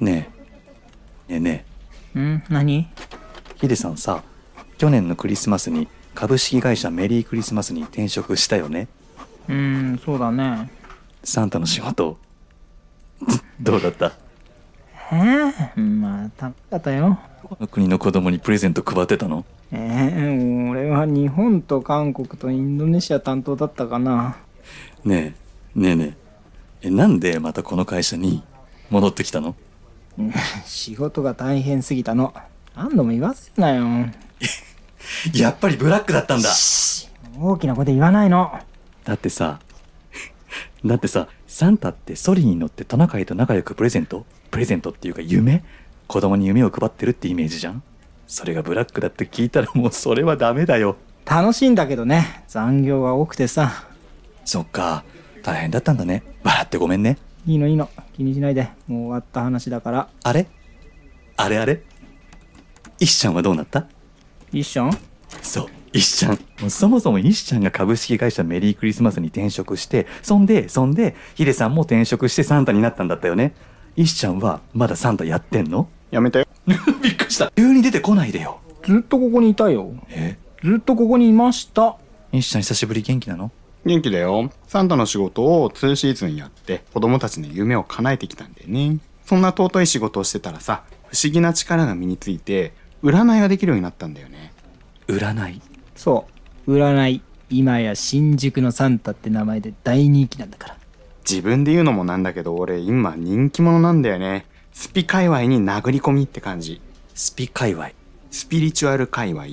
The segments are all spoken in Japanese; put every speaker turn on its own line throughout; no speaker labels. ねえねえね
ん何
えヒデさんさ去年のクリスマスに株式会社メリークリスマスに転職したよね
うーんそうだね
サンタの仕事 どうだった
えー、まあ高かったよ
この国の子供にプレゼント配ってたの
えー、俺は日本と韓国とインドネシア担当だったかな
ねえねえねええなんでまたこの会社に戻ってきたの
仕事が大変すぎたの何度も言わせんなよ
やっぱりブラックだったんだ
大きな声で言わないの
だってさだってさサンタってソリに乗ってトナカイと仲良くプレゼントプレゼントっていうか夢子供に夢を配ってるってイメージじゃんそれがブラックだって聞いたらもうそれはダメだよ
楽しいんだけどね残業が多くてさ
そっか大変だったんだね笑ってごめんね
いいのいいの気にしないでもう終わった話だから
あれあれあれ石ちゃんはどうなった
一緒
そう、石ちゃん。もうそもそも石ちゃんが株式会社メリークリスマスに転職して、そんで、そんで、ヒデさんも転職してサンタになったんだったよね。石ちゃんはまだサンタやってんの
やめたよ
びっくりした。急に出てこないでよ。
ずっとここにいたよ
え
ずっとここにいました
石ちゃん久しぶり元気なの
元気だよサンタの仕事を2シーズンやって子供たちの夢を叶えてきたんだよねそんな尊い仕事をしてたらさ不思議な力が身について占いができるようになったんだよね
占い。
そう占い今や新宿のサンタって名前で大人気なんだから
自分で言うのもなんだけど俺今人気者なんだよねスピ界隈に殴り込みって感じ
スピ界隈。
スピリチュアル界隈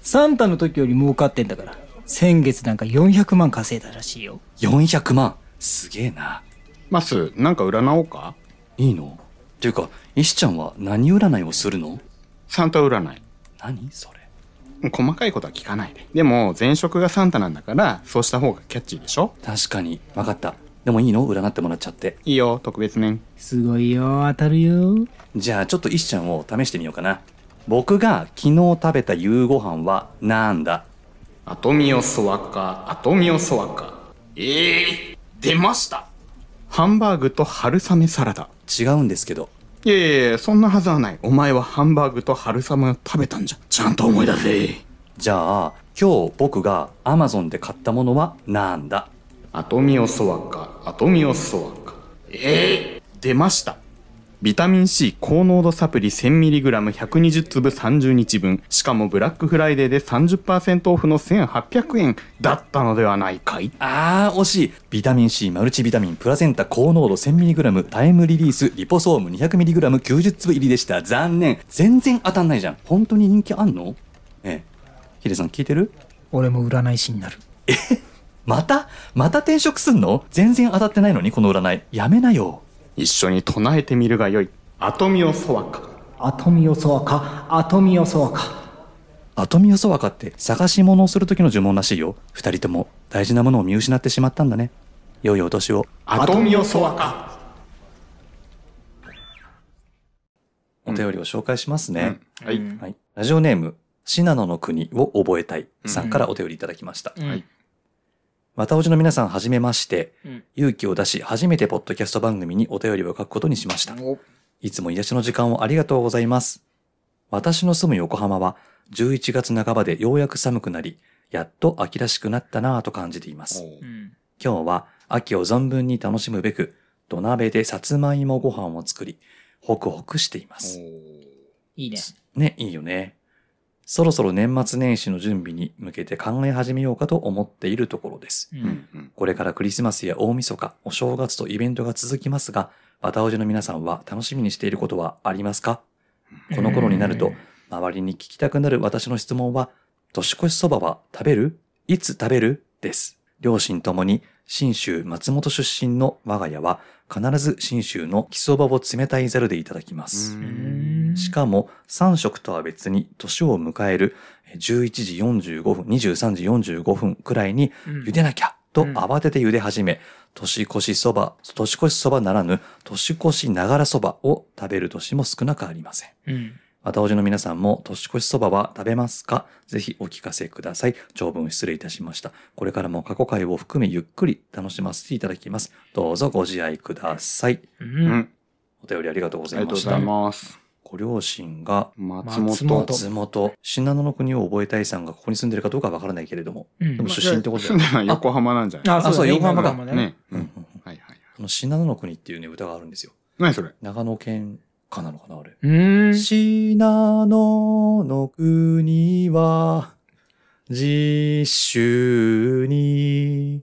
サンタの時より儲かってんだから先月なんか400万稼いだらしいよ
400万。すげえな。
マスなんか占おうか
いいのっていうか、石ちゃんは何占いをするの
サンタ占い
何それ。
細かいことは聞かないででも前職がサンタなんだからそうした方がキャッチーでしょ
確かに。わかった。でもいいの占ってもらっちゃって。
いいよ特別ね
すごいよ当たるよ
じゃあちょっと石ちゃんを試してみようかな。僕が昨日食べた夕ご飯はなんだ
アトミオソワカ、アトミオソワカ。ええ出ましたハンバーグと春雨サラダ。
違うんですけど。
いやいやいや、そんなはずはない。お前はハンバーグと春雨を食べたんじゃ。ちゃんと思い出せ。
じゃあ今日僕が Amazon で買ったものはなんだ
アトミオソワカ、アトミオソワカ。ええ出ました。ビタミン C 高濃度サプリ 1000mg120 粒30日分。しかもブラックフライデーで30%オフの1800円だったのではないかい
あー惜しいビタミン C マルチビタミンプラセンタ高濃度 1000mg タイムリリースリポソーム 200mg90 粒入りでした残念全然当たんないじゃん本当に人気あんのええヒデさん聞いてる
俺も占い師になる
またまた転職すんの全然当たってないのにこの占いやめなよ
一緒に唱えてみるがよい。アトミオソワカ。
アトミオソワカアトミオソワカ
アトミオソワカって探し物をする時の呪文らしいよ。二人とも大事なものを見失ってしまったんだね。良いお年を。
アトミオソワカ。
お便りを紹介しますね。
はい。
はい。ラジオネーム、信濃の国を覚えたいさんからお便りいただきました。
うん
はい
わたおじの皆さんはじめまして、
うん
勇気を出し初めてポッドキャスト番組にお便りを書くことにしました。
お
いつも癒しの時間をありがとうございます。私の住む横浜は11月半ばでようやく寒くなり、やっと秋らしくなったなぁと感じています。
うん
今日は秋を存分に楽しむべく、土鍋でさつまいもご飯を作り、ホクホクしています。
いいね
ね、いいよね。そろそろ年末年始の準備に向けて考え始めようかと思っているところです。
う
うんんうん
これからクリスマスや大晦日、お正月とイベントが続きますが、バタオジの皆さんは楽しみにしていることはありますかこの頃になると、周りに聞きたくなる私の質問は、年越しそばは食べるいつ食べるです。両親ともに、信州松本出身の我が家は、必ず信州の木そばを冷たいざるでいただきます。
うん
しかも、3食とは別に、年を迎える11時45分、23時45分くらいに、
うん
茹でなきゃと
うん
慌てて茹で始め、年越しそば、年越しそばならぬ、年越しながらそばを食べる年も少なくありません。
うん
またおじの皆さんも年越しそばは食べますかぜひお聞かせください。長文失礼いたしました。これからも過去回を含めゆっくり楽しませていただきます。どうぞご自愛ください。
う
うんん
お便りありがとうござ
り
い
が
ま
とうご
し
ざ
た
い。ます。
ご両親が
松
松
本
本。
松本、信濃の国を覚えたいさんがここに住んでるかどうかはわからないけれども、
うん
でも出身ってことだ
住
よ
ん
ね。
でるのは横浜なんじゃない
あそう横浜か
今ね
ね。
う
うん
うん
ん。
うん
はいはい。
あの信濃の国っていうね、歌があるんですよ。
何それ
長野県かなのかな、あれ。
うーん。
信濃の国は、実習に、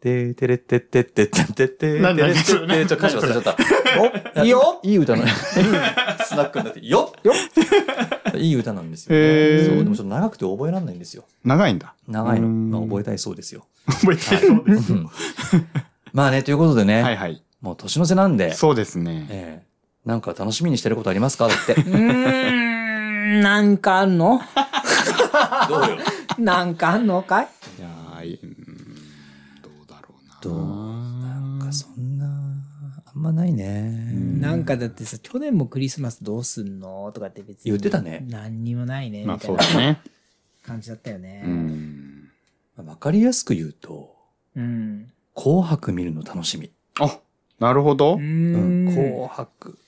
ててれてててててて、
な
てれ
何
て
それ
て、ちょ、歌詞忘れちゃった。
いいよ
いい歌なの。スナックになって、よ
よ
いい歌なんですよ。
へー
そう、でもちょっと長くて覚えられないんですよ。
長いんだ。
長いうの。
ん
まあ覚えたいそうですよ。
覚えてそうです。
うんまあね、ということでね、
はいはい。
もう年の瀬なんで、
そうですね。
ええなんか楽しみにしてることありますかだって。
うーん。なんかあんの
どうよ。
なんかあんのかい
いやーうーんどうだろうな。
どうなんかそんな、あんまないね。
なんかだってさ、去年もクリスマスどうすんのとかって別に。
言ってたね
何にもないね。み
まあ
た
そ
いうな
だね。
感じだったよね
う。ん。
まあわかりやすく言うと、
うん。
紅白見るの楽しみ。
あ、なるほど。
うん
ん
紅白。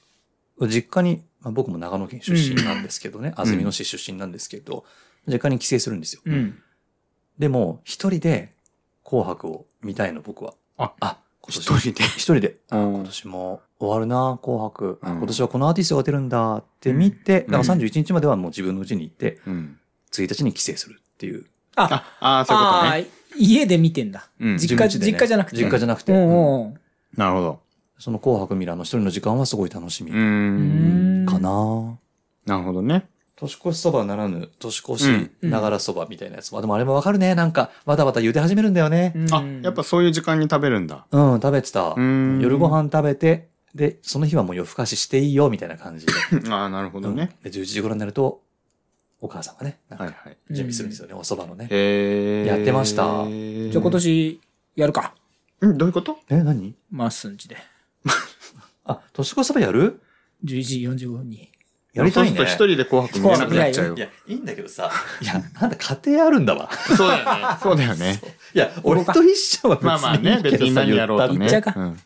実家に、まあ、僕も長野県出身なんですけどね、安曇野市出身なんですけど、実家に帰省するんですよ。
うん。
でも、一人で紅白を見たいの、僕は。
あ
今年
一人で。
一人で、
うん
今年も終わるな、紅白、
うん
今年はこのアーティストが出るんだって見て、
ん
だから31日まではもう自分の家に行って、
うん。
1日に帰省するっていう。
あ、
あ、あーそういうこと
あ
ね。
ー家で見てんだ。
うん
実家、
自分家でね
実家じゃなくて。
実家じゃなくて、うん
おうおう
なるほど。
その紅白ミラーの一人の時間はすごい楽しみ
うー
か
ん。
ん
な。
なるほどね。
年越しそばならぬ、年越しながらそばみたいなやつ。まあでもあれもわかるね。なんか、バタバタ茹で始めるんだよね。
うん
あ、やっぱそういう時間に食べるんだ。
うん、食べてた
う。ん
夜ご飯食べて、で、その日はもう夜更かししていいよ、みたいな感 じで。
ああ、なるほど
うんで
ね。、
11時頃になると、お母さんがね、なん
はい
か
はい。
準備するんですよね、お蕎麦のね。
へえ。
やってました
じゃあ今年やるか。
うん、どういうこと
え、何
マッスンちで。
あ、年越しそばやる
11時45分に。
やりたい
そう
ね。
すると一人で紅白見れなくなっちゃう
い
よ。
や、いいんだけどさ、いや、なんだ家庭あるんだわ。
そうだよね。そうだよね。
いや、俺と一緒は別
まあまあ
にい
ね
い、け
別
ど
に
さ、
何やろうと
言
ね。
っ
言ったか
うん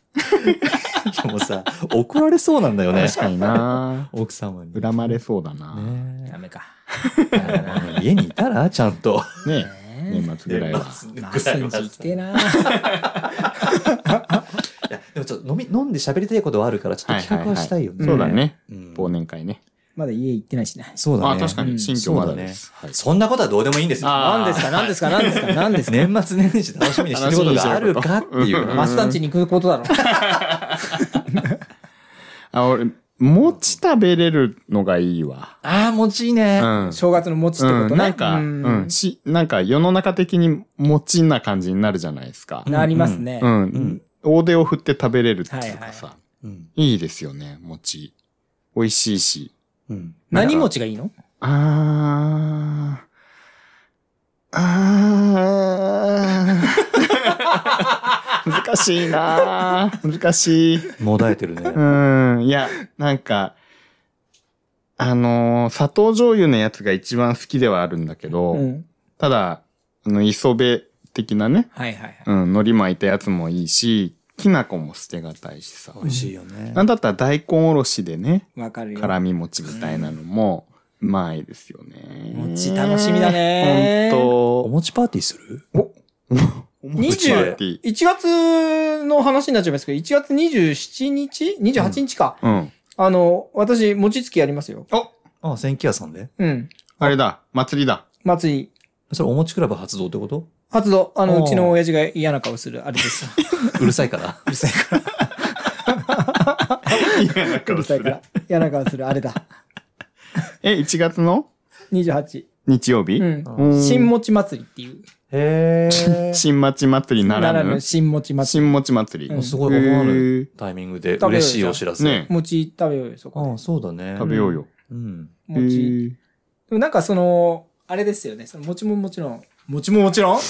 たってもさ、 怒られそうなんだ よね。
確かにな。
奥様に。
恨まれそうだな。
ね
ダメか。
え家にいたらちゃんと。
ね
ねえ
年末ぐらいは。
マッスンち行きてえな。
いやでもちょっと飲み、飲んで喋りたいことはあるから、ちょっと企画はしたいよね。
そうだね。
うん。
忘年会ね。
まだ家行ってないしね。
そうだ
あ、
ね。
確かに。新居まだで
そ
す。はい
そんなことはどうでもいいんですよ。
あー
何ですか何ですか何ですか何 ですか
年末年始楽しみにしてることがあるかっていうう。
ん
マスタンチに行くことだろ。
あ、俺、餅食べれるのがいいわ。
ああ、もちいいね。
うん。
正月の餅ってこと
う
ね。
ん、なんか、
う
うん、し、なんか世の中的に餅な感じになるじゃないですか。
なりますね。
うん、
ん
大手を振って食べれるっていうかさ、
はい
うん。
い、ですよね、餅。美味しいし。
うん。
何餅がいいの
あー。あー 難しいなー難しい。
もだえてるね。
うん。いや、なんか、あのー砂糖醤油のやつが一番好きではあるんだけど、
うん。
ただ、あの、磯辺的なね、
はいはいはい。
うん、海苔巻いたやつもいいし、きな粉も捨てがたいしさ。
美味しいよね。
なんだったら大根おろしでね、
わかるよ。
辛み餅みたいなのも、うまいですよね。
餅楽しみだね
お
ほんと。
餅パーティーする
お
餅パー
20
テ
1月の話になっちゃいますけど、1月27日 ?28 日か。
うん。
あの、私、餅つきやりますよ。
ああ、千木屋さんで
うん。
あれだ、祭りだ。
祭り。
それお餅クラブ発動ってこと
発動。あ
お
の、
ー
うちの親父が嫌な顔する、あれです。
うるさいから。うるさいから。
うるさいから。嫌な顔する、あれだ。
え、1月の
28。
日曜日、
うん。
うん
新餅祭りっていう。
へえ。
新町祭りな
な
ら
らぬ
ぬ。
新餅祭
新餅祭り。
うん
すごい思わ
へ
ぬ
ー
タイミングで嬉しいお知らせ。
ね
り。餅食べようよ、そこ
あ
で
あ、。そうだね。
食べようよ。
うん。
へ
餅。
ー
でもなんかその、あれですよね。その餅ももちろん。餅ももちろん
あ、う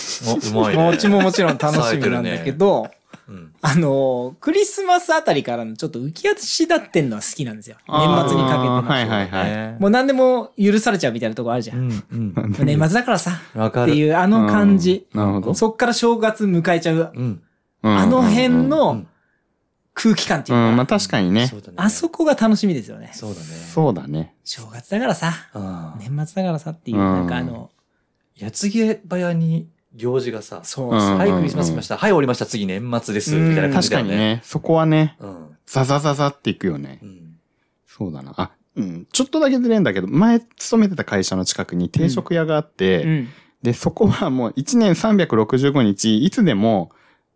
まいね。
餅ももちろん楽しみなんだけど、
うん。
あのークリスマスあたりからのちょっと浮き足立ってんのは好きなんですよ。
あー
年末にかけての。
はいはいはい。
ね
もう何でも許されちゃうみたいなとこあるじゃ。
うんんうん。
まあ年末だからさ、
わか
って
る。
いうあの感じ。
うんなるほど。
そっから正月迎えちゃう。
うん。
うん
あの辺、
うん
の空気感って
う
いうの
ん、
か
まあ
な
確かにね。
そうだね。
あそこが楽しみですよね。
そうだね。
そうだね。
正月だからさ、
うん。
年末だからさっていう、
うん
なんかあの、
矢継ぎ早に行事がさ、
そううそ
ん
う。
はい、クリスマス来ました。はい、終わりました。次年末です。みたいな感じだ
確か
よ
に
ね。
ね、そこはね、
うん。
ザザザザっていくよね
う。ん。
そうだな。あ、うん。ちょっとだけずれんだけど、前勤めてた会社の近くに定食屋があって、
うん。
で、そこはもう1年365日、いつでも、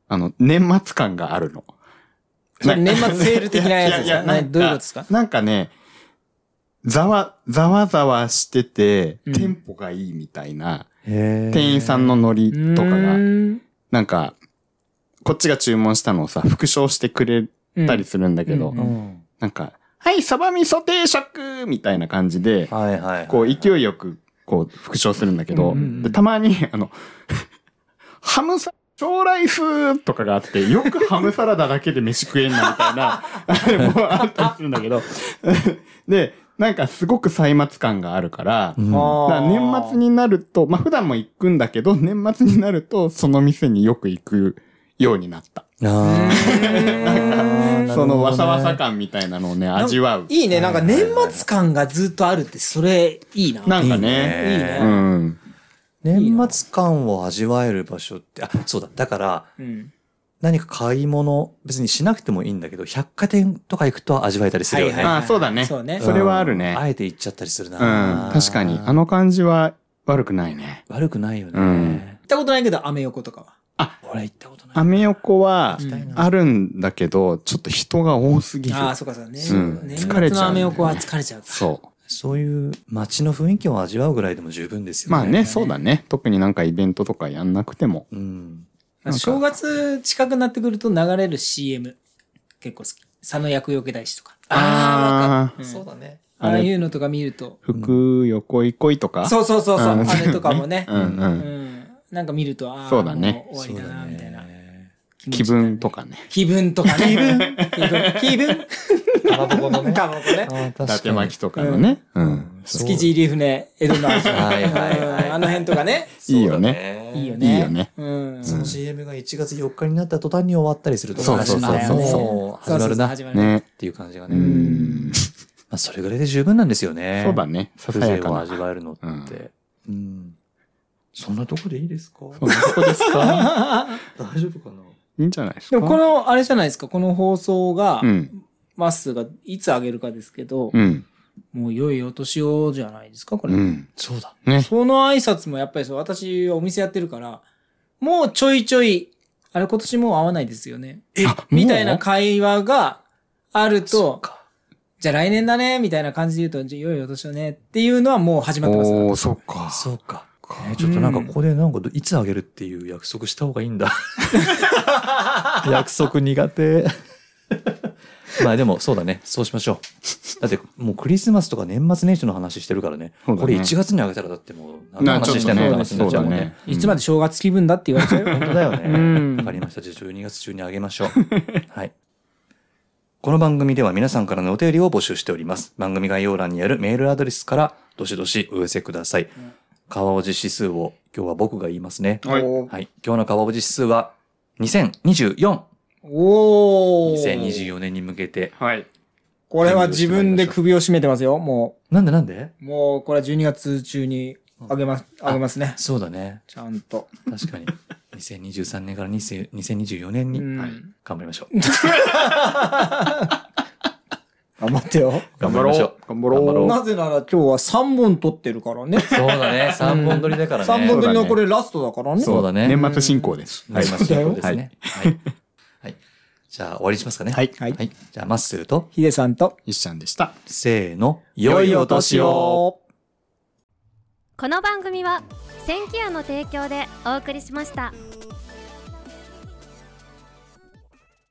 あの、年末感があるの。
それ年末セール的なやつです
いやい
か
やなん
ね。
か
どういうことですか
なんかね、ざわ、ざわざわしてて、
うん
テンポがいいみたいな、
店
店員さんのノリとか
う
が、
ーん
なんか、こっちが注文したのをさ、復唱してくれたりするんだけど、
うん
の。うん。
なんか、はい、サバ味噌定食みたいな感じで、
はいはいはい。
こう勢いよく、こう、復唱するんだけ
うん
ど、
うんうん
でたまに、あの、 ハムサ、将来風とかがあって、よくハムサラダだけで飯食えんなみたいな、あれもあったりするんだけど、で、なんかすごく歳末感があるから、
うん
だから年末になると、まあ普段も行くんだけど、年末になると、その店によく行くようになった。
あ
う ーん
ー
そのわさわさ。感みたいなのをね、味わう。
いいね。なんか年末感がずっとあるって、それいいな。
なんか
いいね
いい
ね。
うね。
ん。
年末感を味わえる場所って、あ、そうだ。だから、
うん。
何か買い物、別にしなくてもいいんだけど、百貨店とか行くと味わえたりするよね。
はいはい
あ、そうだね。
そうね
うん
それはあるね。
あえて行っちゃったりする
う
な。
ん、確かに。あの感じは悪くないね。
悪くないよね。
うん
行ったことないけど、アメ横とかは。
俺行ったことない。
アメ横は
行きたいな
あるんだけど、ちょっと人が多すぎる。
ああ、そうかそうかね。
うん
年
疲
末
れちゃう
のアメ横は疲れちゃうから。
そう。
そういう街の雰囲気を味わうぐらいでも十分ですよね。
まあね、そうだね。特になんかイベントとかやんなくても。
うん。
まあ正月近くなってくると流れる CM 結構好き。佐野厄除け大師とか。
あ
うん
そうだね。
ああいうのとか見ると。
服横いこいとか。
そうそうそうそう。
うん
あれとかもね。
うんう。
うんん。なんか見ると、ああ、
そうだね
もう終わりだな、みたいな。気持
気
ちになる
分と。かね。
気分とかね。気分気 分
タバコのね。
かもね。
伊
伊達巻きとかのね。うん。
築地入船、江戸の味。
はいはいはい
うんあの辺とかね。
いいよね。
ね
いいよ
いい
ね。
よね。
うん。
その CM が1月4日になった途端に終わったりすると
そうそうそう
話がね
そう
もう始まるなっ
そうそうそう始まるな
ね。
ていう感じが
う
ね。ま
ん。
あそれぐらいで十分なんですよね。
そうだね。ささ
風
や
情
か
を
な。
味わえるのって。うん。そんなとこでいいですか
そんなとこですか
大丈夫かない
いんじゃないです か
でもこの、あれじゃないですか、この放送が、
うん。
マッスーがいつ上げるかですけど、
うん。
もう良いお年をじゃないですか、これ。
うん。
そうだ。
ね。
その挨拶もやっぱりそう、私はお店やってるから、もうちょいちょい、あれ今年もう会わないですよね。
あ
みたいな
も
会話がある
そっ
と、
か。
じゃあ来年だね、みたいな感じで言うと、じゃあ良いお年をね、っていうのはもう始まってます
おー、そっか。
そうか。えーちょっとなんかここでなんかどいつあげるっていう約束した方がいいんだ。 約束苦手。 まあでもそうだね。そうしましょう。だってもうクリスマスとか年末年始の話してるからね。
そうだ
こ
ね
れ1月にあげたらだってもう何の話してんの
な
っ
あ
て
ちょ
話に
っとね
なっちゃうもんね。
いつまで正月気分だって言われちゃうよ。
本当だよ
うん
ね。わかりました。じゃあ12月中にあげまし ょう。はい。この番組では皆さんからのお便りを募集しております。番組概要欄にあるメールアドレスからどしどしお寄せください。川尾寺指数を今日は僕が言いますね。
はい
おー
はい。今日の川尾寺指数は2024。
おー。
2024年に向けて。
はい。
これは自分で首を絞めてますよ、も
なんでなんで
う。もう、これは12月中にあげます、あげますね。
そうだね。
ちゃんと。
確 かに。2023年から20 2024年
う
に
ん。
頑張りましょう。
頑張ってよ。
頑張りましょう。
頑張ろう
頑張ろう
なぜなら今日は3本撮ってるから ね。
そうだね。3本撮りだからね。
3本撮りのこれラストだからね。
そうだね
年末進行です。
あります
そうだよ
そうですね。はい。はい。じゃあ終わりにしますかね。
はいはい
はい。じゃあまっすーと、
ヒデさんと、
一ちゃんでした。
せーの、良いお年を。。
この番組は「千キ屋の提供でお送りしました。